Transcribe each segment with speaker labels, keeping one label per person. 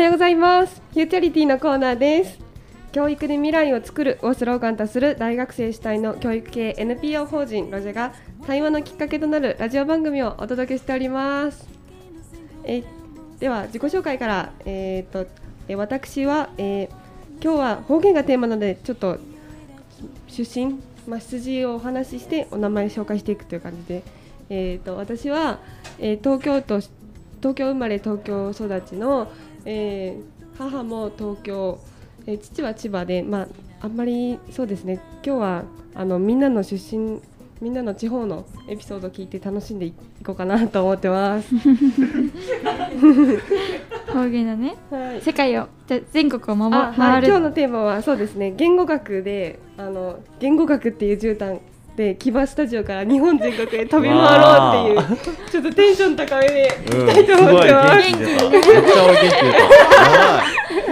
Speaker 1: ようございますフューチャリティのコーナーです教育で未来を作るをスローガンとする大学生主体の教育系 NPO 法人ロジェが対話のきっかけとなるラジオ番組をお届けしておりますえでは自己紹介からえー、っとえ私は、えー、今日は方言がテーマなのでちょっと出身まあ、羊をお話ししてお名前紹介していくという感じで、えーと、と私は、えー、東京都東京生まれ東京育ちの、えー、母も東京、えー、父は千葉で、まあ、あんまりそうですね今日はあのみんなの出身みんなの地方のエピソードを聞いて楽しんでいこうかなと思ってます。
Speaker 2: 方言だね。
Speaker 1: はい
Speaker 2: 世界をじゃ全国を回
Speaker 1: あ
Speaker 2: る。
Speaker 1: はい、今
Speaker 2: 回
Speaker 1: 日
Speaker 2: る。
Speaker 1: のテーマはそうですね言語学であの言語学っていう絨毯でキバスタジオから日本全国へ飛び回ろうっていうちょっとテンション高めでいきたいと思ってます。
Speaker 2: す
Speaker 3: 元気出た。めっちゃ俺元気出た。やばい。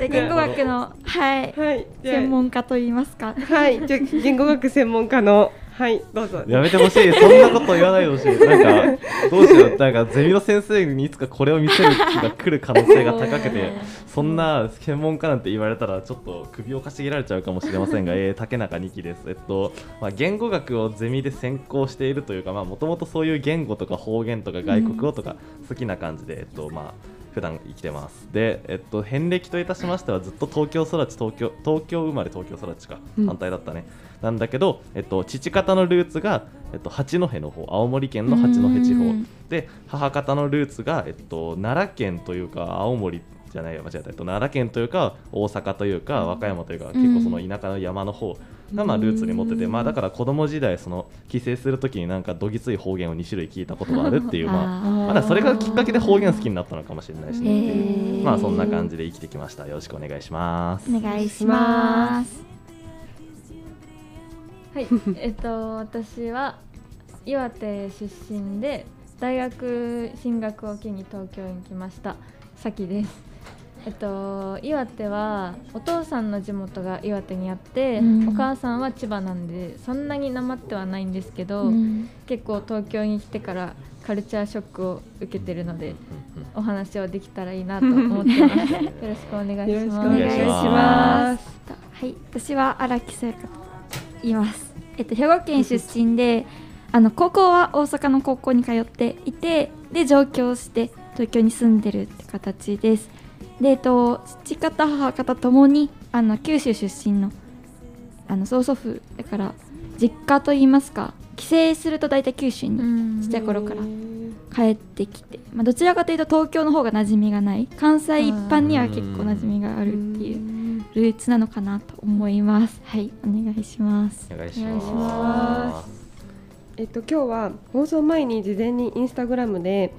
Speaker 2: で言語学のはい
Speaker 1: はい、じゃあ
Speaker 2: 専門家と言いますか。
Speaker 1: はい、じゃあ言語学専門家のはいどうぞ。
Speaker 3: やめてほしい。そんなこと言わないでほしい。なんか、どうしよう。なんか、ゼミの先生にいつかこれを見せる日が来る可能性が高くて、そんな専門家なんて言われたら、ちょっと首をかしげられちゃうかもしれませんが、えー、竹中二木です。えっと、まあ、言語学をゼミで専攻しているというか、まあ、もともとそういう言語とか方言とか外国語とか好きな感じで、えっと、まあ、普段生きてますで、えっと、遍歴といたしましてはずっと東京育ち東京東京生まれ東京育ちか
Speaker 1: うん
Speaker 3: 反対だったね、なんだけど、えっと、父方のルーツが、えっと、八戸の方青森県の八戸地
Speaker 2: う
Speaker 3: 方
Speaker 2: ん
Speaker 3: で母方のルーツが、えっと、奈良県というか青森じゃないよ間違えた、えっと、奈良県というか大阪というか和歌山というか、結構その田舎の山の方がまあルーツに持ってて、
Speaker 1: うん
Speaker 3: まあ、だから子供時代その帰省するときになんかどぎつい方言を2種類聞いたことがあるっていうまあ
Speaker 2: あー
Speaker 3: まだそれがきっかけで方言好きになったのかもしれないしねっていう、
Speaker 2: へー
Speaker 3: まあそんな感じで生きてきましたよろしくお願いします
Speaker 2: お願いします。 はい、えっと私は岩手出身で大学進学を機に東京に来ました。さきです。えっと岩手はお父さんの地元が岩手にあって、
Speaker 4: うん
Speaker 2: お母さんは千葉なんでそんなになまってはないんですけど、
Speaker 4: うん
Speaker 2: 結構東京に来てからカルチャーショックを受けてるのでお話をできたらいいなと思ってます。よろしくお願い
Speaker 1: よろ
Speaker 2: し
Speaker 1: しくお
Speaker 2: ます。
Speaker 1: 願いします。
Speaker 4: はい、私は荒木さやかと言います。えっと兵庫県出身で、あの高校は大阪の高校に通っていて、で上京して東京に住んでるって形です。で、えっと父方母方ともにあの九州出身のあの曽祖父だから実家と言いますか、帰省すると大体九州に
Speaker 2: うん
Speaker 4: ちっちゃい頃から帰ってきて、まあ、どちらかというと東京の方が馴染みがない関西一般には結構馴染みがあるっていうルーツなのかなと思いますはいお願いします
Speaker 3: お願い
Speaker 2: し
Speaker 3: し
Speaker 2: ます
Speaker 3: ま
Speaker 1: えっと今日は放送前に事前にインスタグラムで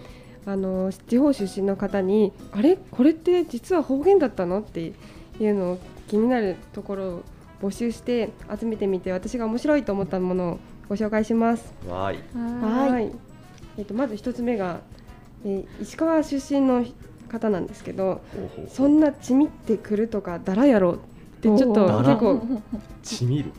Speaker 1: あの地方出身の方にあれこれって実は方言だったのっていうのを気になるところを募集して集めてみて私が面白いと思ったものをご紹介します。
Speaker 3: すわーい
Speaker 2: はい
Speaker 1: い。えっとまず一つ目が、えー石川出身の方なんですけど、そんなちみってくるとかだらやろってちょっと
Speaker 3: おー
Speaker 1: 結構
Speaker 3: ちみる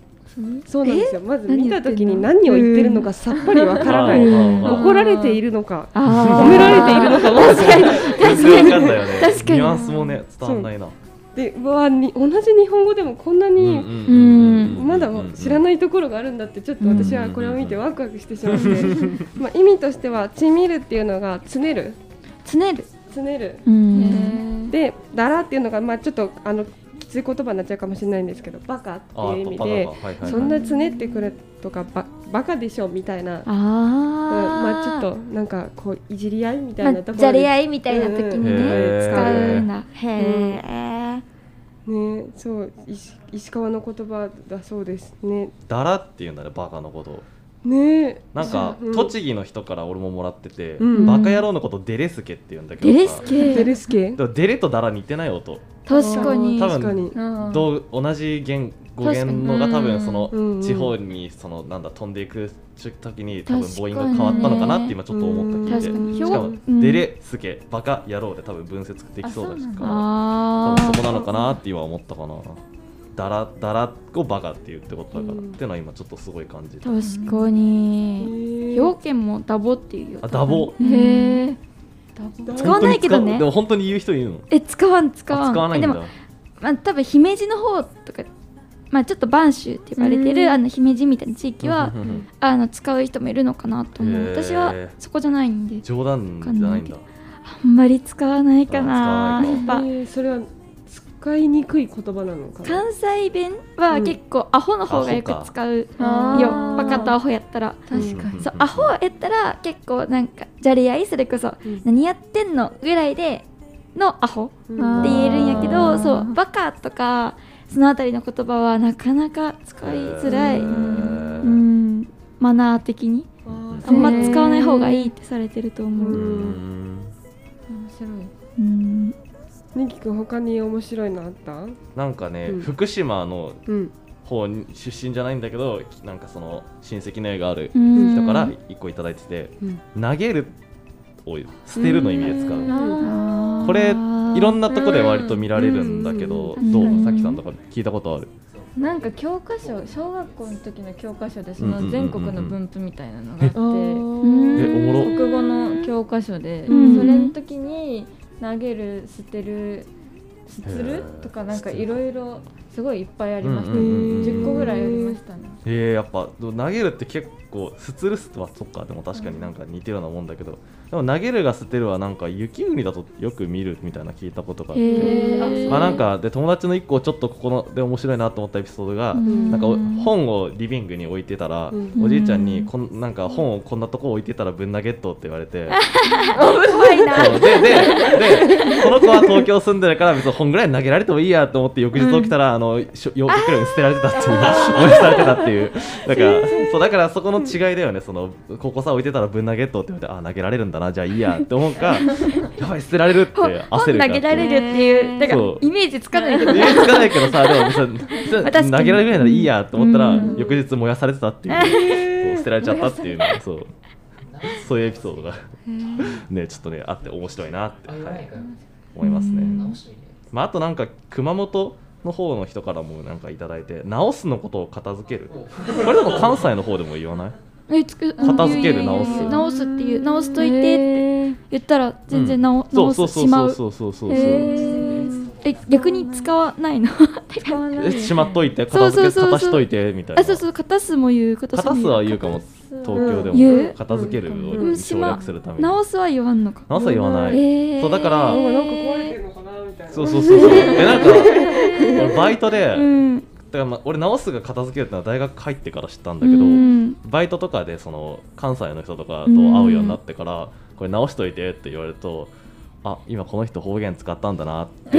Speaker 1: そうなんですよ。まず見た時に
Speaker 4: 何
Speaker 1: 何
Speaker 4: 言
Speaker 1: を
Speaker 4: ってんの
Speaker 1: 言ってるのかさっぱりわからな
Speaker 3: う
Speaker 1: い。
Speaker 3: ん
Speaker 2: あー
Speaker 1: 怒られているのか、
Speaker 4: あ
Speaker 1: 褒められているのかもしれない。
Speaker 3: 全然わかんないよね
Speaker 4: 確かに
Speaker 3: ニュアンスもね伝わんないな
Speaker 1: で、うわに同じ日本語でもこんな
Speaker 3: う
Speaker 1: に
Speaker 4: う
Speaker 1: まだ知ら
Speaker 3: い
Speaker 1: ないところがあるんだってちょっと私はこれを見てワクワクしてしま って、まあ意味としては「ちみる」っていうのが「つねる
Speaker 4: つねる」
Speaker 1: 「つねる」
Speaker 4: うん
Speaker 1: で「だら」っていうのがまあちょっとあのきつい言葉になっちゃうかもしれないんですけど「バカ」っていう意味で「そんなつねってくる」とかバ「バカでしょ」みたいな
Speaker 4: あー、
Speaker 1: うんまあちょっとなんかこういじり合いみたいなところ
Speaker 4: じゃれ合
Speaker 1: い
Speaker 4: いみたいな時に
Speaker 3: うんうんへ
Speaker 4: ね
Speaker 3: ー
Speaker 4: 使うんだへえ
Speaker 1: ねそう石石川の言葉だそうですね
Speaker 3: だらっていうんだねバカのことを
Speaker 1: ね
Speaker 3: なんか
Speaker 1: うん
Speaker 3: 栃木の人から俺ももらってて
Speaker 1: うん
Speaker 3: バカ野郎のことデレスケって言うんだけど
Speaker 4: デ
Speaker 3: さ
Speaker 4: レス
Speaker 1: デ
Speaker 4: ケ
Speaker 1: レスケ
Speaker 3: でもデレとダラ似てない音
Speaker 4: 確かに
Speaker 3: 多分
Speaker 1: 確かに
Speaker 3: どう同じ言語源のが多分その
Speaker 1: うん
Speaker 3: 地方にそのなんだ飛んでいく時に多分
Speaker 4: 確か
Speaker 3: 母
Speaker 4: に
Speaker 3: 音が変わったのかなって今ちょっと思った聞いて
Speaker 4: 確かに
Speaker 3: しかも
Speaker 4: うん
Speaker 3: デレスケバカ野郎で多分分節できそうだし
Speaker 2: あそう
Speaker 3: か
Speaker 4: あ
Speaker 3: 多
Speaker 4: ー
Speaker 3: 分そこなのかなって今思ったかなダラダラをバカって言うってことだから、
Speaker 1: うん
Speaker 3: ってのは今ちょっとすごい感じた
Speaker 4: 確か
Speaker 1: へ
Speaker 4: に
Speaker 1: ー
Speaker 4: 兵庫県もダボっていうよ
Speaker 3: あダボ
Speaker 4: へえ使わないけど
Speaker 3: 本当に使う
Speaker 4: ね
Speaker 3: でも本当に言う人いるの
Speaker 4: え使わん使わ
Speaker 3: あ
Speaker 4: ん
Speaker 3: 使わないん
Speaker 4: え
Speaker 3: だ
Speaker 4: でも、まあ、多分姫路の方とか、まあ、ちょっと播州って言われて
Speaker 2: うん
Speaker 4: るあの姫路みたいな地域は
Speaker 3: うんうんうん
Speaker 4: あの使う人もいるのかなと思
Speaker 3: へ
Speaker 4: う
Speaker 3: ー
Speaker 4: 私はそこじゃないんで
Speaker 3: 冗談じゃないんだ
Speaker 4: あんまり使わないか
Speaker 3: あ
Speaker 4: な
Speaker 3: 使わ
Speaker 4: や
Speaker 3: ない
Speaker 4: っ
Speaker 1: え
Speaker 4: ぱ
Speaker 1: ーそれは使いにくい言葉なのかな
Speaker 4: 関西弁は結構アホの方がよく使うよ
Speaker 2: あそうか
Speaker 4: バカとアホやったら
Speaker 2: 確か
Speaker 3: うん
Speaker 2: に
Speaker 4: そうアホやったら結構なんかじゃれ合いそれこそ
Speaker 1: うん
Speaker 4: 何やってんのぐらいでのアホ
Speaker 1: うん
Speaker 4: って言えるんやけ
Speaker 2: あ
Speaker 4: ど
Speaker 2: ー
Speaker 4: そうバカとかそのあたりの言葉はなかなか使いづらい、
Speaker 3: へー
Speaker 4: うん、マナー的に
Speaker 1: ー
Speaker 4: あんま使わない方がいいってされてると思
Speaker 3: う
Speaker 4: う、
Speaker 3: ん
Speaker 2: 面白い
Speaker 4: うん、
Speaker 1: ねきくん他に面白いのあった
Speaker 3: なんかね、
Speaker 1: うん
Speaker 3: 福島の
Speaker 1: うん
Speaker 3: 方に出身じゃないんだけどなんかその親戚の絵がある
Speaker 4: うん
Speaker 3: 人から一個いただいてて、
Speaker 1: うん
Speaker 3: 投げるを捨てるの意味で使う、
Speaker 1: うん
Speaker 4: あー
Speaker 3: これいろんなとこで割と見られるんだけど、
Speaker 4: うん
Speaker 3: ど
Speaker 4: う
Speaker 3: うんさきさんとか聞いたことある、
Speaker 2: なんか教科書小学校の時の教科書でそ
Speaker 3: うんうんうんう
Speaker 2: の
Speaker 3: ん
Speaker 2: 全国の分布みたいなのがあって
Speaker 4: うん
Speaker 3: えおもろ
Speaker 2: 国語の教科書でそ
Speaker 4: うん
Speaker 2: れの時に投げる捨てるすつ
Speaker 3: へー
Speaker 2: るとかなんかいろいろすごいいっぱいありました
Speaker 3: うんうんうんうん
Speaker 2: 10個ぐらいありましたね
Speaker 3: えー、やっぱ投げるって結構すつるすはそっかでも確かになんか似てるようなもんだけどでも投げるが捨てるはなんか雪国だとよく見るみたいな聞いたことがあって、
Speaker 4: へー
Speaker 3: まあなんかで友達の一個ちょっとここので面白いなと思ったエピソードが、
Speaker 4: うん
Speaker 3: なんかお本をリビングに置いてたら、
Speaker 1: うん
Speaker 3: おじいちゃんに
Speaker 4: うん
Speaker 3: こんなんか本をこんなとこ置いてたらぶん投げっとって言われて、
Speaker 4: 怖いな
Speaker 3: そうでででこの子は東京住んでるから別に本ぐらい投げられてもいいやと思って翌日起きたら、あのしょ洋服袋に捨てられてたっていう追い出されてたっていうだからそうだからそこの違いだよねそのここさ置いてたらぶん投げっとって言われてあ投げられるんだなじゃあいいやって思うかやばい捨てられるって焦
Speaker 4: 本
Speaker 3: るか
Speaker 4: 本
Speaker 3: っ
Speaker 4: 投
Speaker 3: ていう
Speaker 4: げられるっていうだか
Speaker 3: そ
Speaker 4: ら
Speaker 3: う
Speaker 4: イメージつかないけど
Speaker 3: 理由つかないけどさ、でもさ、
Speaker 4: まあ確かに
Speaker 3: 投げられるぐらいならいいやと思ったら、
Speaker 4: うん
Speaker 3: 翌日燃やされてたっていう、こう捨てられちゃったってい うね、そう、そういうエピソードが、 ね、ちょっとね、あって面白いなって、はい、思いますね。まあ、あとなんか、熊本の方の人からもなんかいただいて、直すのことを片付ける。これでも関西の方でも言わない
Speaker 4: えつく
Speaker 3: 片付ける直す
Speaker 4: 直すっていう直すといてって
Speaker 2: へー
Speaker 4: 言ったら全然直,、
Speaker 3: そ
Speaker 4: 直
Speaker 3: うそう
Speaker 4: す
Speaker 3: そう
Speaker 4: しま
Speaker 3: そううそうそうそうそう。
Speaker 4: へーえ逆に使わ ないの
Speaker 2: 使わない
Speaker 3: えしまっといて、
Speaker 4: そ
Speaker 3: 片
Speaker 4: う
Speaker 3: 付
Speaker 4: そうそうそう
Speaker 3: け、片しといてみたいな。
Speaker 4: あそうそう片すも言う片すも
Speaker 3: 片す
Speaker 4: 言う
Speaker 3: は言うかも東京で
Speaker 4: 言
Speaker 3: も
Speaker 4: う
Speaker 3: 片付ける
Speaker 4: う
Speaker 3: を
Speaker 4: ん
Speaker 3: 省略するために
Speaker 4: 直すは言わんのか
Speaker 3: 直すは言わない、
Speaker 4: えー
Speaker 3: そうだから、
Speaker 1: なんか壊れてるのかなみたいな
Speaker 3: そうそうそうそうえなんか 俺バイトで、
Speaker 4: うん
Speaker 3: だからまあ俺直すが片付けるってのは大学入ってから知ったんだけど、
Speaker 4: うん
Speaker 3: バイトとかでその関西の人とかと会うようになってから、これ直しといてって言われるとあ今この人方言使ったんだなって、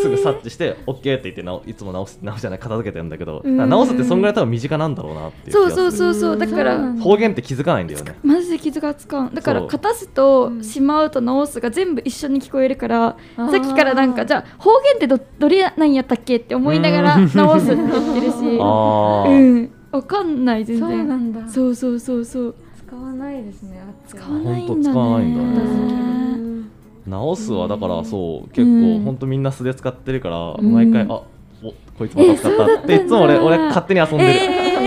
Speaker 3: すぐ察知して OK って言って直いつも直す直すじゃない片付けてるんだけど、
Speaker 4: うん
Speaker 3: だから直すってそんぐらい多分身近なんだろうなっていう気がす
Speaker 4: そ
Speaker 3: る
Speaker 4: うそうそうそうだから
Speaker 2: うん
Speaker 3: 方言って気づかないんだよね
Speaker 4: マジで傷がつかんだから
Speaker 3: そう
Speaker 4: 片すとしまうと直すが全部一緒に聞こえるから
Speaker 2: あー
Speaker 4: さっきからなんかじゃあ方言ってどどれなんやったっけって思いながら
Speaker 3: う
Speaker 4: 直
Speaker 3: ん
Speaker 4: すって言ってるしう
Speaker 3: あー
Speaker 4: んわかんない全
Speaker 2: そうな
Speaker 4: 然
Speaker 2: んだ
Speaker 4: そうそうそうそう
Speaker 2: 使わないですねあっちは
Speaker 4: 使わないんだ
Speaker 3: あほんと使わないんだ
Speaker 4: ね
Speaker 1: うん
Speaker 3: 直すはだからそう結
Speaker 4: う
Speaker 3: 構
Speaker 4: ん
Speaker 3: 本当みんな素で使ってるから
Speaker 4: ん
Speaker 3: 毎回あおこいつまた使ったって
Speaker 4: え
Speaker 3: いつも
Speaker 4: そうだ
Speaker 3: 俺
Speaker 4: ったんだ
Speaker 3: 俺勝手に遊んでる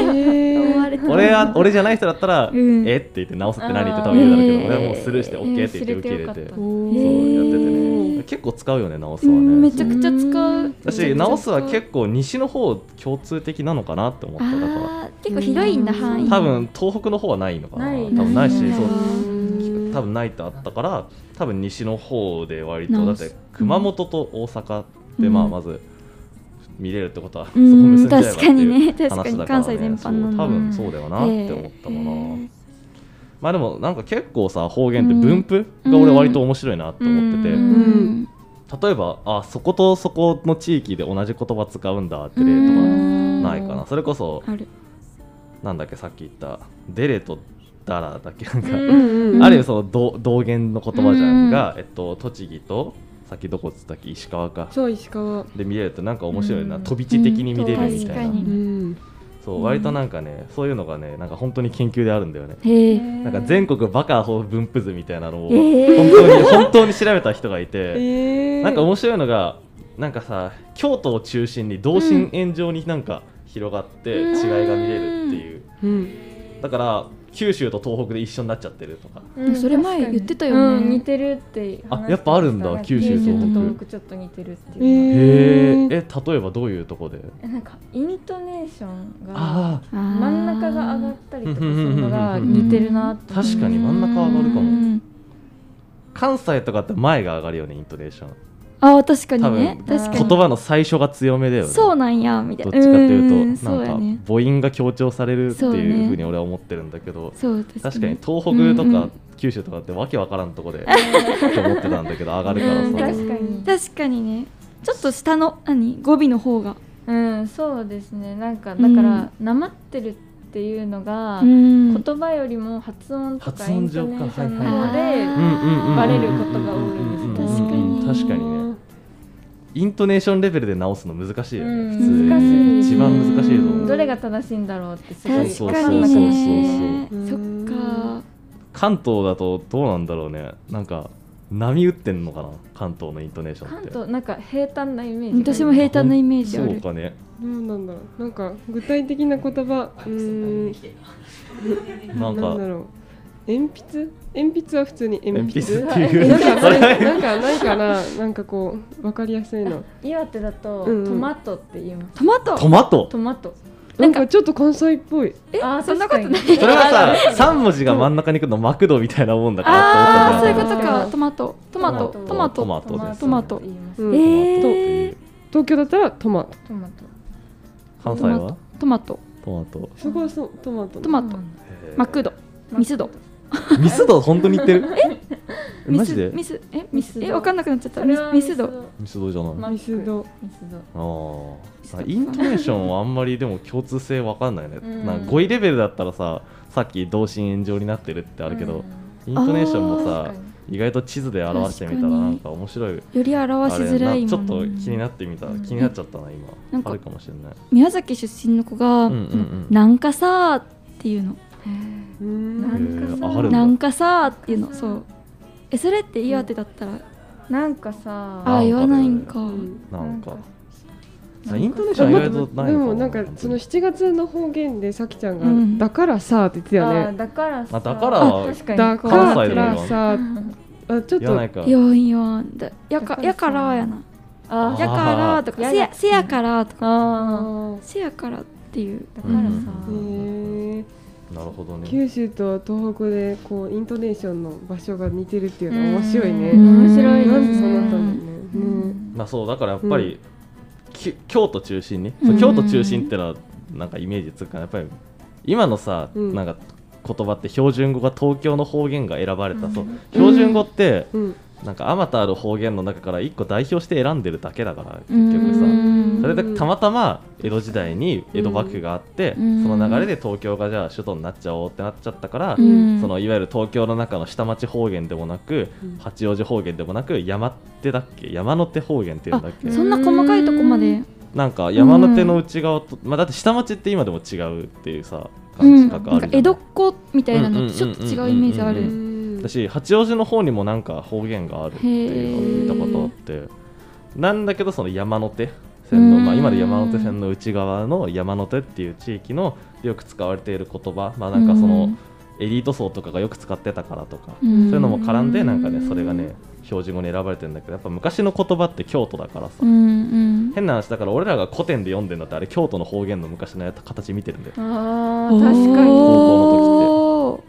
Speaker 1: えー
Speaker 4: 思われてる
Speaker 3: 俺は俺じゃない人だったら
Speaker 4: うん
Speaker 3: えって言って直すって何って多分言うだろうけど
Speaker 4: あー
Speaker 3: 俺はもうスルーして
Speaker 2: えー
Speaker 3: OK って言って受け入れ
Speaker 2: 知
Speaker 3: て
Speaker 2: れてよか
Speaker 3: そ
Speaker 2: った
Speaker 3: う
Speaker 1: お
Speaker 4: え
Speaker 1: ー
Speaker 3: やってて
Speaker 4: ー
Speaker 3: ね結構使うよね直す
Speaker 4: う
Speaker 3: は
Speaker 4: んめちゃ
Speaker 3: ね
Speaker 4: くちゃ使う
Speaker 3: だし直すは結構西の方共通的なのかなって思っただから
Speaker 4: あー結構広いんだ範囲
Speaker 3: 多分東北の方はないのかな
Speaker 2: ない
Speaker 3: 多分ないし
Speaker 4: ない
Speaker 3: そう
Speaker 1: うん
Speaker 3: 多分ないとあったから多分西の方で割とだ
Speaker 4: 直
Speaker 3: っ
Speaker 4: す
Speaker 3: て熊本と大阪でまあ
Speaker 4: うん
Speaker 3: まず見れるってことは、
Speaker 4: うん
Speaker 3: そこ結んじゃえばっていう
Speaker 4: 確かにね
Speaker 3: 話だ
Speaker 4: 確
Speaker 3: か
Speaker 4: からに関西全般の
Speaker 3: そう多分そうだよなって思ったかな、まあでもなんか結構さ方言って分布が俺割と面白いなって思ってて、
Speaker 4: うん
Speaker 1: うん
Speaker 3: 例えばあそことそこの地域で同じ言葉使うんだって例と
Speaker 4: う
Speaker 3: か
Speaker 4: ん
Speaker 3: ないかなそれこそ
Speaker 4: ある
Speaker 3: なんだっけさっき言ったデレとダラだっけなんか、
Speaker 2: うん
Speaker 1: うんうん
Speaker 3: ある意味その同同源の言葉じゃ
Speaker 4: うんん
Speaker 3: が、えっと、栃木とさっきどこっつったっけ石川か
Speaker 1: そう石川
Speaker 3: で見れるとなんか面白いな、
Speaker 2: うん
Speaker 3: 飛び地的に見れるみたいな、
Speaker 4: うん確かに
Speaker 1: うん
Speaker 3: そう割となんかねそういうのがねなんか本当に研究であるんだよね、
Speaker 4: へえ
Speaker 3: なんか全国バカアホ分布図みたいなのを
Speaker 4: え
Speaker 3: 本
Speaker 4: ー
Speaker 3: 当に本当に調べた人がいて、
Speaker 1: えー
Speaker 3: なんか面白いのがなんかさ京都を中心に同心円状になんか広がって違いが見れるっていう、
Speaker 1: うん
Speaker 3: だから九州と東北で一緒になっちゃってるとか
Speaker 2: うん
Speaker 4: それ前言ってたよね、
Speaker 2: うん似てるって話してました
Speaker 3: あやっぱあるんだ九
Speaker 4: 州
Speaker 2: と
Speaker 4: 東北
Speaker 2: 東北ちょっと似てるって
Speaker 1: え
Speaker 2: いう、
Speaker 3: へえ
Speaker 1: ー、
Speaker 3: え例えばどういうとこで
Speaker 2: なんかイントネーションが
Speaker 3: ああ
Speaker 2: 真ん中が上がったりとかするのが似てるなって
Speaker 3: 確かに真ん中上がるかも
Speaker 4: も
Speaker 3: 関西とかって前が上がるよねイントネーション
Speaker 4: あ確かにね
Speaker 3: 多
Speaker 4: 確かに
Speaker 3: 言葉の最初が強めだよね
Speaker 4: そうなんやみたい
Speaker 3: どっ
Speaker 4: な
Speaker 3: ちかってい
Speaker 4: ん
Speaker 3: うと
Speaker 4: そう
Speaker 3: な
Speaker 4: や
Speaker 3: ん
Speaker 4: ね
Speaker 3: か母音が強調されるって
Speaker 4: そう
Speaker 3: い
Speaker 4: ね
Speaker 3: うふうに俺は思ってるんだけど
Speaker 4: そう確か
Speaker 3: 確か
Speaker 4: に
Speaker 3: に東北と
Speaker 4: うんう
Speaker 3: か
Speaker 4: ん
Speaker 3: 九州とかってわけわからんとこでって思ってたんだけど上がるから
Speaker 2: うん
Speaker 3: さ
Speaker 2: 確かに
Speaker 4: 確かにねちょっと下の何語尾の方が
Speaker 2: うんそうですねなんかだからなまってるっていうのが、
Speaker 4: ん
Speaker 2: 言葉よりも発音とか
Speaker 3: 発
Speaker 2: イ
Speaker 3: 音
Speaker 2: ント
Speaker 3: 上
Speaker 2: ネ
Speaker 3: か
Speaker 2: ーション
Speaker 3: はい
Speaker 2: の方
Speaker 4: あ
Speaker 3: う
Speaker 2: で
Speaker 3: んうんうんうん
Speaker 2: バレることが多いです
Speaker 4: ね
Speaker 3: うんうん確かにねイントネーションレベルで直すの難しいよね、
Speaker 2: うん
Speaker 3: 普通
Speaker 2: 難しい
Speaker 3: 一番難しいと
Speaker 4: う
Speaker 3: 思
Speaker 4: ん
Speaker 3: う
Speaker 2: どれが正しいんだろうってすごい
Speaker 4: 確
Speaker 3: そう
Speaker 4: か
Speaker 3: そう
Speaker 4: に
Speaker 3: そう
Speaker 4: ね
Speaker 1: そう
Speaker 4: そ
Speaker 1: そう
Speaker 4: っ
Speaker 1: う
Speaker 4: か
Speaker 3: 関東だとどうなんだろうねなんか波打ってんのかな関東のイントネーションっ
Speaker 2: 関
Speaker 3: て
Speaker 2: 東なんか平坦なイメージが
Speaker 4: 私も平坦なイメージあ
Speaker 3: そう
Speaker 4: る
Speaker 3: かね
Speaker 1: どうなんだろうなんか具体的な言葉うーん
Speaker 3: なん
Speaker 1: な
Speaker 3: か
Speaker 1: んだろう鉛筆鉛筆は普通に鉛筆
Speaker 3: 鉛筆っていう
Speaker 1: なんか
Speaker 3: そ
Speaker 1: そ
Speaker 3: れ
Speaker 1: れなんかないかななんかこうわかりやすいの
Speaker 2: 岩手だと
Speaker 1: う
Speaker 2: ト
Speaker 1: んうん
Speaker 2: マトって言います
Speaker 4: トマト
Speaker 3: トマト
Speaker 2: トマト
Speaker 1: なんかちょっと関西っぽい
Speaker 2: えあー
Speaker 4: そんなことない
Speaker 2: 確かに
Speaker 3: それは さ三文字が真ん中に来るのマクドみたいなもんだから
Speaker 4: ああ
Speaker 3: っ
Speaker 4: そうい
Speaker 3: て
Speaker 4: う
Speaker 3: 思
Speaker 4: こ
Speaker 3: ったんだ
Speaker 4: とかトマトトマトトマト
Speaker 3: トマトです
Speaker 4: トマト
Speaker 2: って言います
Speaker 1: うん
Speaker 4: えー
Speaker 3: ト
Speaker 1: 東京だったらトマト
Speaker 2: トマト
Speaker 3: マト関西は
Speaker 4: トマト
Speaker 3: トマト
Speaker 1: そこはそうトマト
Speaker 4: トマトマクドミスド
Speaker 3: ミスド本当に言ってるえマジで
Speaker 4: ミスえミ
Speaker 2: ミス
Speaker 4: ス
Speaker 2: ド
Speaker 4: えわかんなくなっちゃった
Speaker 2: それ
Speaker 4: ミ
Speaker 2: は
Speaker 4: ミスド
Speaker 3: ミスドじゃない、
Speaker 2: マ
Speaker 1: ミスド
Speaker 2: ミスド
Speaker 3: ああイントネーションはあんまりでも共通性わかんないね、
Speaker 2: うん
Speaker 3: なんか5位レベルだったらささっき同心円状になってるってあるけど、イントネーションも
Speaker 2: あー
Speaker 3: さ
Speaker 2: 確か
Speaker 3: 意外と地図で表してみたら
Speaker 4: 確かに
Speaker 3: なんか面白い
Speaker 4: より表
Speaker 3: あ
Speaker 4: し
Speaker 3: れ
Speaker 4: づらい
Speaker 3: な
Speaker 4: も
Speaker 3: ちょっ
Speaker 4: ん
Speaker 3: と気になってみた、
Speaker 2: うん
Speaker 3: 気になっちゃったな今
Speaker 4: なんか
Speaker 3: あるかもしれない
Speaker 4: 宮崎出身の子が、
Speaker 3: うんうんうん
Speaker 4: なんかさーっていうの
Speaker 1: うー
Speaker 2: なんんか
Speaker 3: へ
Speaker 2: さ
Speaker 3: ーあるんだ
Speaker 4: なんかさーっていうのそうえそれって岩手だったら、
Speaker 2: なんかさ
Speaker 4: ああ言わないんか、
Speaker 1: うん
Speaker 3: なんか
Speaker 2: なんか
Speaker 3: さイントネーシ
Speaker 1: あ
Speaker 3: ョン意
Speaker 1: 待って
Speaker 3: 外とない
Speaker 1: で
Speaker 3: の
Speaker 1: も
Speaker 3: か
Speaker 1: な
Speaker 3: なん
Speaker 1: かその7月の方言でさきちゃんが、
Speaker 4: うん
Speaker 1: だからさって言ってた
Speaker 2: あ
Speaker 1: よ
Speaker 2: ー
Speaker 1: ね
Speaker 2: だからさ
Speaker 3: あだから
Speaker 2: あ確かに
Speaker 1: だ
Speaker 2: こ
Speaker 1: か
Speaker 2: う
Speaker 3: 関西でも
Speaker 1: らさあちょっ
Speaker 3: 言わな
Speaker 1: と
Speaker 3: いか
Speaker 4: 言わん言わんだや
Speaker 2: だ
Speaker 4: か
Speaker 2: からさ
Speaker 4: やからやな
Speaker 2: あ
Speaker 4: や
Speaker 2: ー
Speaker 4: からとか
Speaker 2: や
Speaker 4: せや
Speaker 2: や
Speaker 4: せやからとか
Speaker 2: あ
Speaker 1: あー
Speaker 4: せやからっていう
Speaker 2: ーだから
Speaker 1: へ
Speaker 2: さ
Speaker 1: ー
Speaker 3: なるほどね
Speaker 1: 九州と東北でこうイントネーションの場所が似てるっていうのは面白いね。
Speaker 4: うん
Speaker 2: 面白いね
Speaker 1: なんでそうなったんだ
Speaker 2: う
Speaker 1: ろうね。ね
Speaker 2: ん
Speaker 3: まあそうだからやっぱり、き京都中心に、
Speaker 4: うん
Speaker 3: 京都中心ってのはなんかイメージつくからやっぱり今のさ、
Speaker 1: うん
Speaker 3: なんか言葉って標準語が東京の方言が選ばれた、
Speaker 2: うん
Speaker 3: そう標準語って、
Speaker 1: うん、
Speaker 3: なんかあまたある方言の中から一個代表して選んでるだけだから
Speaker 4: うーん
Speaker 3: 結局さ、
Speaker 1: ん
Speaker 3: それでたまたま江戸時代に江戸幕府があって、
Speaker 4: うん
Speaker 3: その流れで東京がじゃあ首都になっちゃおうってなっちゃったから、
Speaker 4: うん
Speaker 3: そのいわゆる東京の中の下町方言でもなく、
Speaker 1: うん
Speaker 3: 八王子方言でもなく山手だっけ山手方言っていうんだっけ
Speaker 4: そんな細かいとこまで
Speaker 3: なんか山手の内側と、まあ、だって下町って今でも違うっていうさ感覚
Speaker 4: な
Speaker 3: あ
Speaker 4: んか
Speaker 3: るじゃ
Speaker 4: 江
Speaker 3: ん、
Speaker 4: 戸っ子みたいなのとちょっと違うイメージあ
Speaker 3: う
Speaker 4: る
Speaker 1: うん
Speaker 3: 私八王子の方にもなんか方言があるっていうのを見たことあってなんだけどその山手線の、
Speaker 4: うん
Speaker 3: まあ、今で山手線の内側の山手っていう地域のよく使われている言葉まあなんかそのエリート層とかがよく使ってたからとか、
Speaker 4: うん
Speaker 3: そういうのも絡んでなんかねそれがね標準語に選ばれてるんだけどやっぱ昔の言葉って京都だからさ、
Speaker 4: うん
Speaker 3: 変な話だから俺らが古典で読んでんだってあれ京都の方言の昔のやつ形見てるんだよ、
Speaker 2: あ
Speaker 4: う
Speaker 2: ー
Speaker 4: ん
Speaker 2: 確かに
Speaker 3: 高
Speaker 4: おー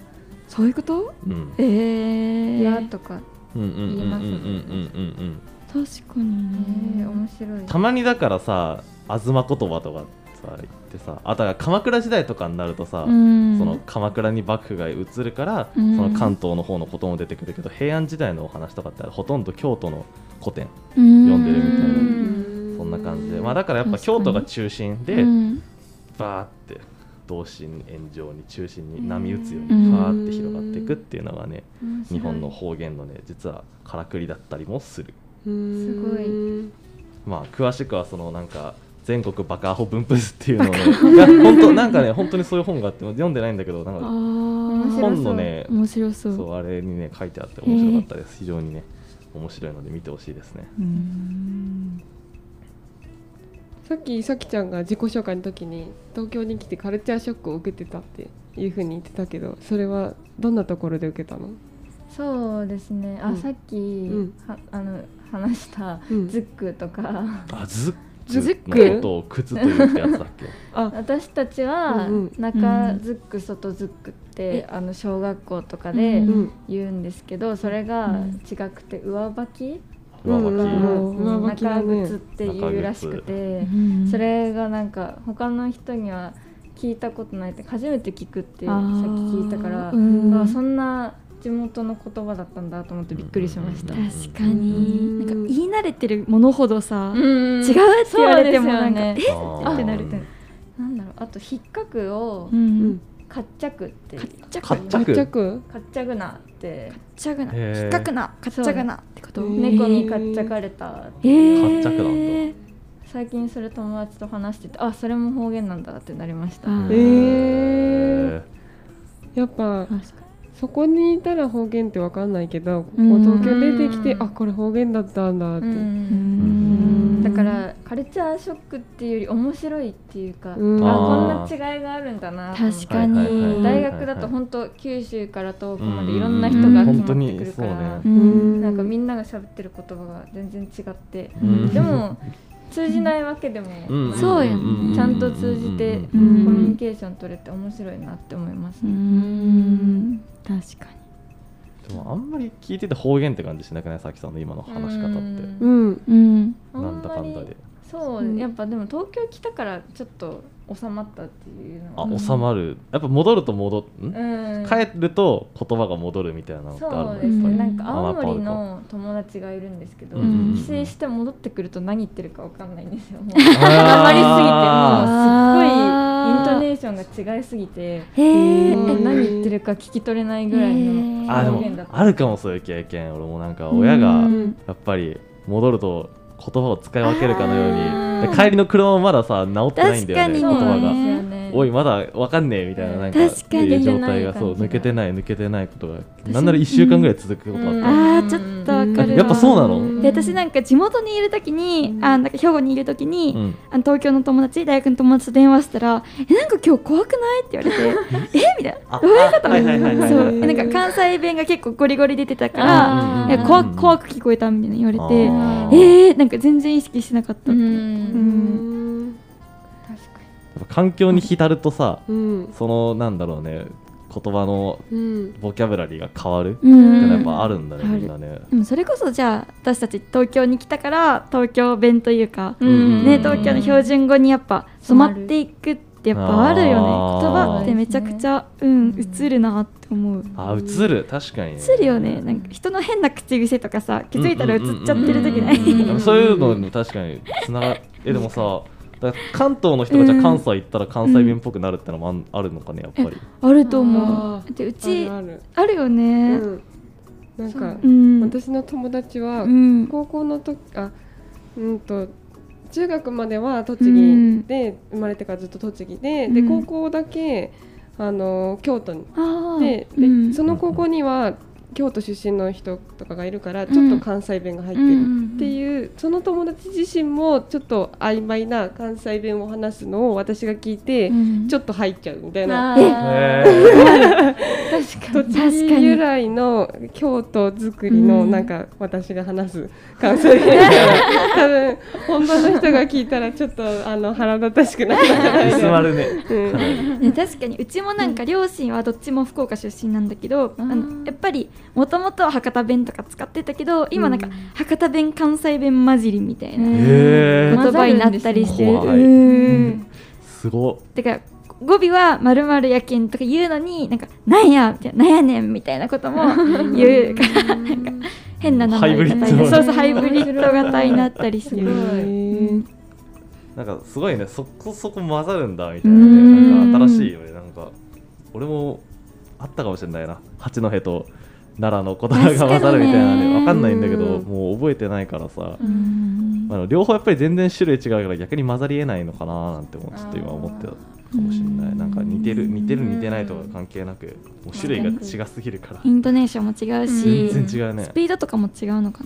Speaker 4: そういうこと
Speaker 3: うん、
Speaker 4: え
Speaker 2: 「
Speaker 4: え
Speaker 2: や」とか
Speaker 3: うんうんうんうんうん
Speaker 2: 言いますよ
Speaker 3: うん
Speaker 2: ね
Speaker 3: うんうん
Speaker 4: 確かに
Speaker 2: ね
Speaker 4: ね
Speaker 2: 面白い
Speaker 3: たまにだからさ東言葉とかさ言ってさあだから鎌倉時代とかになるとさ、
Speaker 4: うん
Speaker 3: その鎌倉に幕府が移るから、
Speaker 4: うん
Speaker 3: その関東の方のことも出てくるけど平安時代のお話とかってほとんど京都の古典
Speaker 4: 読
Speaker 3: んでるみたいな
Speaker 1: うん
Speaker 3: そんな感じで、まあ、だからやっぱ
Speaker 4: 確かに
Speaker 3: 京都が中心で、
Speaker 4: うん
Speaker 3: バーって同心円状に中心に波打つよう
Speaker 4: う
Speaker 3: に
Speaker 4: ん
Speaker 3: バーって広がっていくっていうのがね
Speaker 2: 面
Speaker 3: 日
Speaker 2: 白い
Speaker 3: 本の方言のね実はからくりだったりもする
Speaker 1: うん
Speaker 2: すごい
Speaker 3: まあ詳しくはそのなんか全国バカアホ分布図っていうのをねいや本当なんかね本当にそういう本があって読んでないんだけどなん
Speaker 4: あ
Speaker 3: か
Speaker 2: 面白そう
Speaker 4: ー
Speaker 3: 本のね
Speaker 4: 面白そ
Speaker 3: そううあれにね書いてあって面白かったです非常にね面白いので見てほしいですね
Speaker 4: うん
Speaker 1: さっきさきちゃんが自己紹介の時に東京に来てカルチャーショックを受けてたっていうふうに言ってたけどそれはどんなところで受けたの、
Speaker 2: そうですねあ、
Speaker 1: うん
Speaker 2: さっき、
Speaker 1: ん
Speaker 2: はあの話した
Speaker 1: うん
Speaker 2: ズックとか、
Speaker 3: あズ
Speaker 1: ズ
Speaker 3: ッ
Speaker 1: ッ
Speaker 3: ク
Speaker 1: ク
Speaker 3: のことを靴というってやつだっけ
Speaker 1: あ
Speaker 2: 私たちは
Speaker 1: うんうん
Speaker 4: う
Speaker 2: 中
Speaker 4: ん
Speaker 2: ズック外ズックって、
Speaker 1: え
Speaker 2: あの小学校とか
Speaker 4: う
Speaker 2: で
Speaker 1: うんん
Speaker 2: 言うんですけど、それ
Speaker 4: う
Speaker 2: が
Speaker 4: ん
Speaker 2: 違くて上履き
Speaker 3: 上
Speaker 1: うん
Speaker 2: が
Speaker 3: 履
Speaker 1: うん上履きだ
Speaker 2: 中
Speaker 1: ね
Speaker 2: 靴っていうらしくて、
Speaker 4: うん
Speaker 2: それがなんか他の人には聞いたことないって初めて聞くってさっき聞いたから、
Speaker 4: うん
Speaker 2: あそんな地元の言葉だったんだと思ってびっくりしました。
Speaker 4: 確か
Speaker 1: うん
Speaker 4: になんか言い慣れてるものほどさ、違うっ
Speaker 2: 違
Speaker 4: て言われてもなんか、
Speaker 2: ね、
Speaker 4: え
Speaker 3: あー
Speaker 4: ってなるって
Speaker 2: なんだろうあと引っかくを
Speaker 4: うん
Speaker 2: かっちゃくって
Speaker 4: かっちゃく
Speaker 3: かっちゃく
Speaker 1: 脱着
Speaker 2: かっちゃぐなって
Speaker 4: かっちゃくな
Speaker 3: へー
Speaker 4: 引っかくなかっちゃくなってこと
Speaker 1: そう
Speaker 4: へー
Speaker 2: 猫にかっちゃかれたっ
Speaker 4: え
Speaker 2: て
Speaker 4: ー、
Speaker 3: かっちゃくなんだ
Speaker 2: 最近それ友達と話しててあそれも方言なんだってなりました
Speaker 4: あ
Speaker 1: えー
Speaker 3: へ
Speaker 1: やっぱ
Speaker 4: 確か
Speaker 1: そこにいたら方言ってわかんないけどここ
Speaker 4: うん
Speaker 1: 東京出てきてあこれ方言だったんだっ
Speaker 2: う
Speaker 1: て、
Speaker 4: にうんん
Speaker 2: だからカルチャーショックっていうより面白いっていうか、
Speaker 1: うん
Speaker 2: あ
Speaker 3: あー
Speaker 2: こんな違いがあるんだなと思って
Speaker 4: 確かに、
Speaker 3: はいはいはい
Speaker 2: 大学だと本当九州から東北までいろんな
Speaker 4: うん
Speaker 2: 人が集
Speaker 4: 本
Speaker 3: 当
Speaker 2: まっ
Speaker 3: に
Speaker 2: てくるから、
Speaker 3: そうね
Speaker 4: うん
Speaker 2: なんかみんなが喋ってる言葉が全然違って、
Speaker 3: うん
Speaker 2: でも通じないわけでもない、
Speaker 3: うん
Speaker 4: そうやね
Speaker 3: ん
Speaker 2: ちゃんと通じて
Speaker 3: うん
Speaker 2: コ
Speaker 4: う
Speaker 2: ミュニ
Speaker 4: ん
Speaker 2: ケーション取れて面白いなって思います
Speaker 4: う
Speaker 2: ね。
Speaker 4: ん確か
Speaker 3: でもあんまり聞いてて方言って感じしなくないさきさんの今の話し方っ
Speaker 1: う
Speaker 3: て
Speaker 2: うん
Speaker 1: ん
Speaker 4: にうん
Speaker 2: あ
Speaker 3: なん
Speaker 2: ん
Speaker 3: だ
Speaker 2: ま
Speaker 3: かん
Speaker 2: り
Speaker 3: だで
Speaker 2: そ
Speaker 1: う
Speaker 2: う、
Speaker 1: ん
Speaker 2: やっぱでも東京来たからちょっと収まったっていうの
Speaker 3: あ
Speaker 2: は
Speaker 4: うん
Speaker 3: 収まるやっぱ戻ると戻ん
Speaker 2: うん
Speaker 3: 帰ると言葉が戻るみたいなのってあるのや
Speaker 2: そう
Speaker 3: っ
Speaker 2: で
Speaker 3: ぱ
Speaker 2: す
Speaker 3: り
Speaker 2: ね
Speaker 4: うん
Speaker 2: なんか青森の友達がいるんですけど、
Speaker 3: うん
Speaker 2: 帰省して戻ってくると何言ってるかわかんないんですよもう
Speaker 3: あー
Speaker 2: 頑張りすぎてもうすっごいイン
Speaker 4: あー
Speaker 2: トネーションが違いすぎて
Speaker 4: へえ
Speaker 1: うん
Speaker 2: え何言ってるか聞き取れないぐらいの
Speaker 3: あで
Speaker 2: 表現だ
Speaker 3: も
Speaker 2: った
Speaker 3: あるかもそういう経験俺もなんか親が
Speaker 4: うん
Speaker 3: やっぱり戻ると言葉を使い分けるかのよう
Speaker 4: あ
Speaker 3: に
Speaker 4: ー
Speaker 3: 帰りの車もまださ治ってないんだよ
Speaker 4: 確か
Speaker 3: ね言
Speaker 4: に
Speaker 2: そうなん
Speaker 3: 葉
Speaker 2: ですよ
Speaker 4: 言
Speaker 2: ね
Speaker 3: が。おいまだわかんねえみたいななんか
Speaker 4: 確
Speaker 3: って
Speaker 4: かに
Speaker 3: いう状態が
Speaker 2: 抜けてない感じが
Speaker 3: そう抜けてない抜けてないことが
Speaker 4: に
Speaker 3: なんなら1週間ぐらい続くことあった
Speaker 4: あーちょっとわか
Speaker 3: え
Speaker 4: るわ
Speaker 3: やっぱそうなの
Speaker 2: うん
Speaker 4: で私なんか地元にいるときに、あなんか兵庫にいるときに、
Speaker 3: うん
Speaker 4: あの東京の友達大学の友達と電話したら「えなんか今日怖くない?」って言われて「えみたい
Speaker 3: あ
Speaker 4: な「どういうこと?」
Speaker 3: はいはいはいはいはい
Speaker 4: そうなんか関西弁が結構ゴリゴリ出てたか
Speaker 2: あ
Speaker 4: ら
Speaker 2: ー
Speaker 4: いや怖く怖
Speaker 3: く
Speaker 4: く聞こえたみたいな言われ
Speaker 2: あ
Speaker 4: て
Speaker 2: ー
Speaker 4: 「えー、なんか全然意識してなかった」
Speaker 2: う
Speaker 1: うんん
Speaker 2: 確か
Speaker 3: 環境に浸るとさ
Speaker 1: うん
Speaker 3: そのなんだろうね言葉の
Speaker 1: うん
Speaker 3: ボキャブラリーが変わるって
Speaker 4: う
Speaker 3: いうの
Speaker 4: ん
Speaker 3: はやっぱあるんだね
Speaker 4: ある
Speaker 3: みんなね
Speaker 4: でもそれこそじゃあ私たち東京に来たから東京弁というか、
Speaker 2: に、
Speaker 3: うん
Speaker 4: ね、東京の標準語にやっぱ染まっていくってやっぱあるよね言
Speaker 3: 染まる
Speaker 4: 葉ってめちゃくちゃ、うん、映るなって思う
Speaker 3: あ映る確かに
Speaker 4: 映るよねなんか人の変な口癖とかさ気づいたら映っちゃってる時ない、
Speaker 3: うんうんうんうん
Speaker 1: ん
Speaker 3: そういうのに確かにつながえでもさだから関東の人がじゃあ関西行ったら関西弁っぽくなるってのもあんあるのかねやっぱり
Speaker 4: あると思
Speaker 1: あ
Speaker 4: うでう
Speaker 1: あ
Speaker 4: ち
Speaker 1: るある
Speaker 4: あるよ
Speaker 1: う
Speaker 4: ね
Speaker 1: んなんか
Speaker 4: うん、
Speaker 1: 私の友達は
Speaker 4: うん
Speaker 1: 高校の時あうんと中学までは栃
Speaker 4: う
Speaker 1: 木
Speaker 4: ん
Speaker 1: で生まれてからずっと栃木で、
Speaker 4: うん
Speaker 1: で高校だけあの京都に
Speaker 4: あー
Speaker 1: で,、
Speaker 4: うん
Speaker 1: でその高校には京都出身の人とかがいるからちょっと関西弁が入ってる、
Speaker 4: うん
Speaker 1: っていうその友達自身もちょっと曖昧な関西弁を話すのを私が聞いて、
Speaker 4: うん
Speaker 1: ちょっと入っちゃうみたいな
Speaker 2: あー確か
Speaker 1: 栃
Speaker 2: に
Speaker 1: 木由来の京都作りの
Speaker 4: うん
Speaker 1: なんか私が話す関西弁が、 多分本場の人が聞いたらちょっとあの腹立たしくなるんじゃない
Speaker 3: 薄ま
Speaker 1: の
Speaker 3: るね
Speaker 1: うん
Speaker 4: ね確かにうちもなんか両親はどっちも福岡出身なんだけど、
Speaker 2: うん
Speaker 4: あのやっぱりもともとは博多弁とか使ってたけど今なんか博多弁関西弁混じりみたいな
Speaker 3: へ
Speaker 4: 言
Speaker 3: ー
Speaker 4: 葉になったりしてる、
Speaker 3: 混ざるんですね
Speaker 4: うん
Speaker 3: すごっ
Speaker 4: だから語尾は「まるまるやけん」とか言うのになんか「なんや」みたいな「なんやねん」みたいなことも言うからなんか変な名前
Speaker 3: ハイブリッド
Speaker 4: そうそうハイブリッド型になったりす
Speaker 1: へ
Speaker 4: る。
Speaker 1: ー
Speaker 3: なんかすごいねそこそこ混ざるんだみたいなね
Speaker 4: うーん
Speaker 3: なんか新しいよねなんか俺もあったかもしれないな八戸と奈良の言葉が混ざるみたい
Speaker 4: 確
Speaker 3: な
Speaker 4: かに
Speaker 3: ね
Speaker 4: ね
Speaker 3: わかんないんだけど
Speaker 1: うん
Speaker 3: もう覚えてないからさ
Speaker 4: うん
Speaker 3: あの両方やっぱり全然種類違うから逆に混ざりえないのかななんてもちょっと今思ってたかもしれな
Speaker 4: う
Speaker 3: い
Speaker 4: ん
Speaker 3: なんか似てる似てる似てないとか関係なくもう種類が違すぎるから
Speaker 4: イントネーションも違う
Speaker 2: うん
Speaker 4: し、
Speaker 3: 全然違うね
Speaker 4: スピードとかも違うのか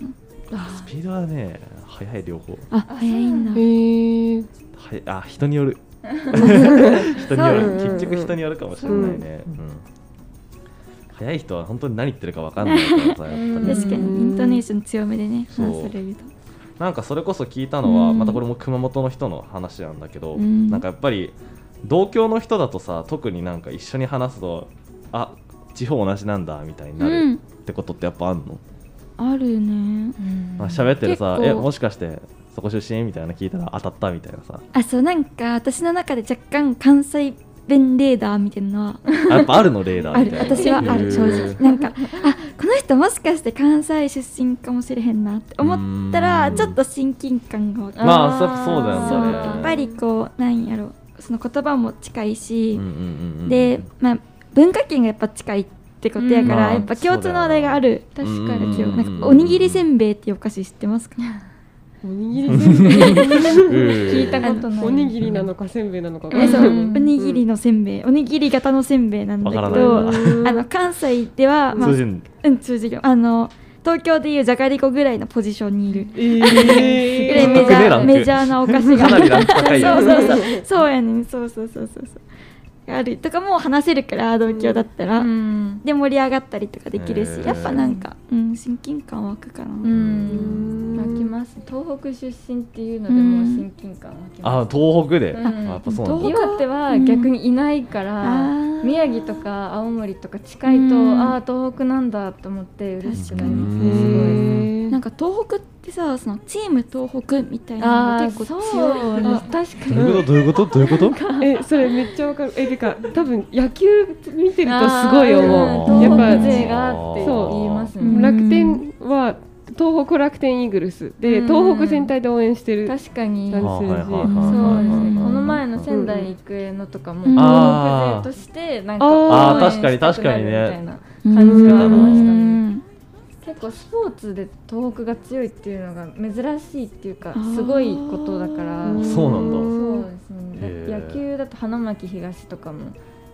Speaker 4: な
Speaker 3: スピードはね速い両方
Speaker 4: あ早いんだ
Speaker 1: へー
Speaker 3: はやあ人による人に
Speaker 1: そう
Speaker 3: よる結局人によるかもしれないね、うん早い人は本当に何言ってるか分かんないからさやっぱり、
Speaker 2: うん
Speaker 4: 確かにイントネーション強めでね
Speaker 3: そう
Speaker 4: 話されると
Speaker 3: なんかそれこそ聞いたのは、
Speaker 4: うん
Speaker 3: またこれも熊本の人の話なんだけど、
Speaker 4: うん
Speaker 3: なんかやっぱり同郷の人だとさ特になんか一緒に話すとあ地方同じなんだみたいにな
Speaker 4: う
Speaker 3: る
Speaker 4: ん
Speaker 3: ってことってやっぱあんの、
Speaker 4: あるね
Speaker 3: あ喋ってるさ「
Speaker 4: 結構
Speaker 3: えもしかしてそこ出身?」みたいな聞いたら当たったみたいなさ
Speaker 4: あそうなんか私の中で若干関西弁レーダーみたいなのは
Speaker 3: あやっぱあるのレーダ
Speaker 4: あ
Speaker 3: ーみ
Speaker 4: る
Speaker 3: たいな
Speaker 4: 私はあ
Speaker 3: へ
Speaker 4: る正
Speaker 3: ー
Speaker 4: 直なんかあこの人もしかして関西出身かもしれへんなって思った
Speaker 3: う
Speaker 4: ら
Speaker 3: ん
Speaker 4: ちょっと親近感が湧く
Speaker 3: まあそ
Speaker 2: ー
Speaker 3: そうだよね
Speaker 4: そう
Speaker 3: ね
Speaker 4: やっぱりこうなんやろその言葉も近いし、
Speaker 3: うんうんうんうん
Speaker 4: でまあ文化圏がやっぱ近いってことやから、
Speaker 3: うんまあ
Speaker 4: やっぱ共通の話題がある
Speaker 2: 確
Speaker 3: う
Speaker 2: か
Speaker 3: ん
Speaker 2: に
Speaker 3: うんうん
Speaker 4: なんかおにぎりせんべいっていうお菓子知ってますか
Speaker 1: おにぎりせんべい
Speaker 2: 聞いたことない
Speaker 1: おにぎりなのかせんべいなのかが
Speaker 4: えそううんおにぎりのせんべいおにぎり型のせんべいなんだけ
Speaker 3: わから
Speaker 4: ど
Speaker 3: ない
Speaker 1: うん
Speaker 4: あの関西では、まあ
Speaker 3: 通、じるん
Speaker 4: うん通じるよあの東京でいうじゃがりこぐらいのポジションにいる
Speaker 1: えー
Speaker 4: ぐらいメジ
Speaker 3: 特
Speaker 4: ャ
Speaker 3: 定ラン
Speaker 4: ー
Speaker 3: ク
Speaker 4: メジャーなお菓子が
Speaker 3: かなりランク高い
Speaker 4: そ
Speaker 3: よ
Speaker 4: う
Speaker 3: ね
Speaker 4: そうそうそうやねんそうそうそうそうそうあるとかもう話せるから同居だったら、
Speaker 2: うん
Speaker 4: で盛り上がったりとかできるし、
Speaker 3: へー
Speaker 4: やっぱなんか、うん、親近感湧くかな、う
Speaker 2: う
Speaker 4: ん
Speaker 2: ん湧きます東北出身っていうのでもう親近感湧き
Speaker 3: あ
Speaker 2: ます
Speaker 3: 東北で、
Speaker 2: う
Speaker 3: あ
Speaker 2: ん
Speaker 3: やっぱそうなんだ
Speaker 2: 東北っては逆にいないから
Speaker 4: あー
Speaker 2: 宮城とか青森とか近いと
Speaker 4: うん
Speaker 2: ああ東北なんだと思って嬉しくなりま
Speaker 3: う
Speaker 2: す
Speaker 3: ん
Speaker 1: へー
Speaker 4: なんか東北ってさそのチーム東北みたいなの
Speaker 2: あ
Speaker 4: が
Speaker 2: あ
Speaker 4: 結構
Speaker 2: そ
Speaker 4: 強いよ
Speaker 2: う
Speaker 4: ね
Speaker 2: 確か
Speaker 3: どう
Speaker 2: に
Speaker 3: いうことどういうことどういうこと
Speaker 1: えそれめっちゃわかるえてか多分野球見てるとすごい
Speaker 3: あー
Speaker 1: 思うや
Speaker 2: やっ
Speaker 1: っ
Speaker 2: ぱ
Speaker 1: ぱ
Speaker 2: 東北勢がって言います
Speaker 4: うん
Speaker 2: ね
Speaker 1: 楽天は東北楽天イーグルスで
Speaker 2: うん
Speaker 1: 東北全体で応援してる
Speaker 2: 確かに
Speaker 1: う
Speaker 2: そ
Speaker 1: ん
Speaker 2: う
Speaker 1: あ
Speaker 3: はいはいはいはい
Speaker 2: で
Speaker 3: は
Speaker 2: すね
Speaker 3: い
Speaker 2: この前の仙台育英のとかも
Speaker 4: うん
Speaker 2: 東北勢としてなんか
Speaker 1: あー
Speaker 2: 応援したくなる
Speaker 3: あー確かに
Speaker 2: みたいな
Speaker 4: うん
Speaker 2: 感じがありま
Speaker 3: う
Speaker 2: したね
Speaker 4: ん
Speaker 2: 結構スポーツで東北が強いっていうのが珍しいっていうか
Speaker 4: あー
Speaker 2: すごいことだから
Speaker 1: ん
Speaker 3: そうなんだ
Speaker 2: そうですねだ
Speaker 3: へー
Speaker 2: 野球だと花巻東とかも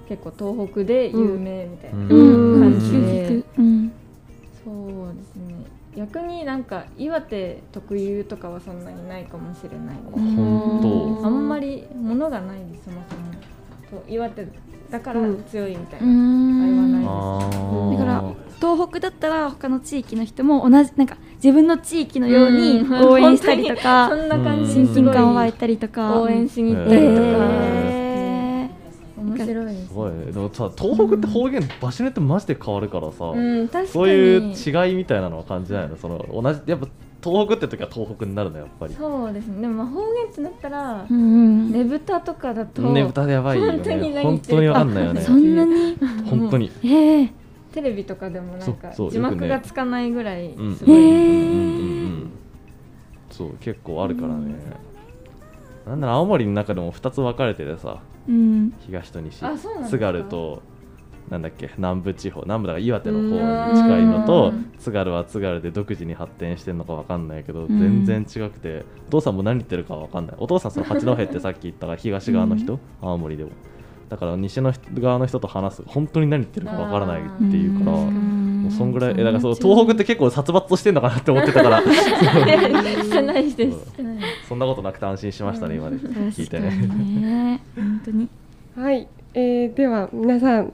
Speaker 2: 結構東北で有名みたいな、
Speaker 1: うん
Speaker 2: 感じ
Speaker 4: 急
Speaker 2: で
Speaker 4: 激うん
Speaker 2: そうですね逆になんか岩手特有とかはそんなにないかもしれないです
Speaker 3: 本
Speaker 2: あんまり物がないですそもそもと岩手だから強いみたいな、
Speaker 4: うん
Speaker 3: 当
Speaker 2: あ
Speaker 3: あー
Speaker 4: だから東北だったら他の地域の人も同じなんか自分の地域のように応援したりと
Speaker 2: そ
Speaker 4: か
Speaker 2: んな感
Speaker 3: う
Speaker 2: じ
Speaker 3: ん
Speaker 2: に
Speaker 4: 親
Speaker 2: す
Speaker 4: 近
Speaker 2: ごい
Speaker 4: 感湧いたりとか
Speaker 2: 応援しに行っ
Speaker 4: え
Speaker 2: たりとか、
Speaker 4: ー
Speaker 2: 面白いです
Speaker 3: すごいねでもさ東北って方言場所によってマジで変わるからさ、
Speaker 2: うん、確かに
Speaker 3: そういう違いみたいなのは感じないのその同じやっぱ東北って時は東北になるのやっぱり
Speaker 2: そうですねでもまあ方言ってなったら、
Speaker 4: うんうん
Speaker 2: ねぶたとかだと
Speaker 3: ねぶたでやばいよ
Speaker 2: 本当に
Speaker 3: ね
Speaker 2: 何
Speaker 3: 本当にわかんないよね
Speaker 4: そんなに
Speaker 3: 本当に
Speaker 4: ええ
Speaker 2: テレビとかでもなん
Speaker 3: そ
Speaker 2: か
Speaker 3: うそう
Speaker 2: 字
Speaker 3: よく
Speaker 2: 幕
Speaker 3: ね
Speaker 2: がつかないぐらい
Speaker 3: うん
Speaker 2: すごい、
Speaker 4: へー
Speaker 3: そう結構あるからね、なんなら青森の中でも2つ分かれててさ
Speaker 4: うん
Speaker 3: 東と西
Speaker 2: あそうなんです
Speaker 3: 津
Speaker 2: か
Speaker 3: 軽となんだっけ南部地方南部だから岩手の方に近いのと
Speaker 2: うん
Speaker 3: 津軽は津軽で独自に発展してるのかわかんないけど
Speaker 4: ん
Speaker 3: 全然違くてお父さんも何言ってるかわかんないお父さんその八戸ってさっき言ったから東側の人青森でもだから西の人側の人と話す本当に何言ってるかわからないっていうから
Speaker 2: うん
Speaker 3: もうそんぐらいえだからそう
Speaker 4: そんな
Speaker 3: 東北って結構殺伐としてんのかなって思ってた から
Speaker 2: してないです
Speaker 3: そう
Speaker 2: してないです
Speaker 3: そんなことなくて安心しましたね今ね聞い
Speaker 4: 確か
Speaker 3: て
Speaker 4: に
Speaker 3: ね。
Speaker 4: ね本当に
Speaker 1: はい、えー、では皆さん、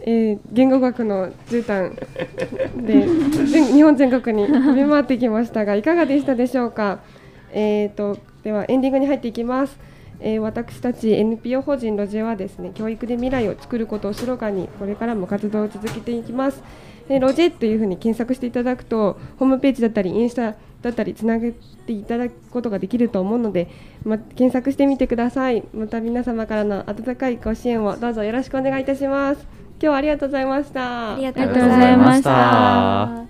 Speaker 1: えー、言語学の絨毯で全日本全国に飛び回ってきましたがいかがでしたでしょうか。えー、とではエンディングに入っていきます。えー私たち NPO 法人ロジェはですね教育で未来を作ることをスローガンにこれからも活動を続けていきます。えーロジェというふうに検索していただくとホームページだったりインスタだったりつなげていただくことができると思うので、ま、検索してみてくださいまた皆様からの温かいご支援をどうぞよろしくお願いいたします今日はありがとうございました
Speaker 4: ありがとうございました
Speaker 2: ありがとうございまし
Speaker 3: ありがとうございま
Speaker 2: た。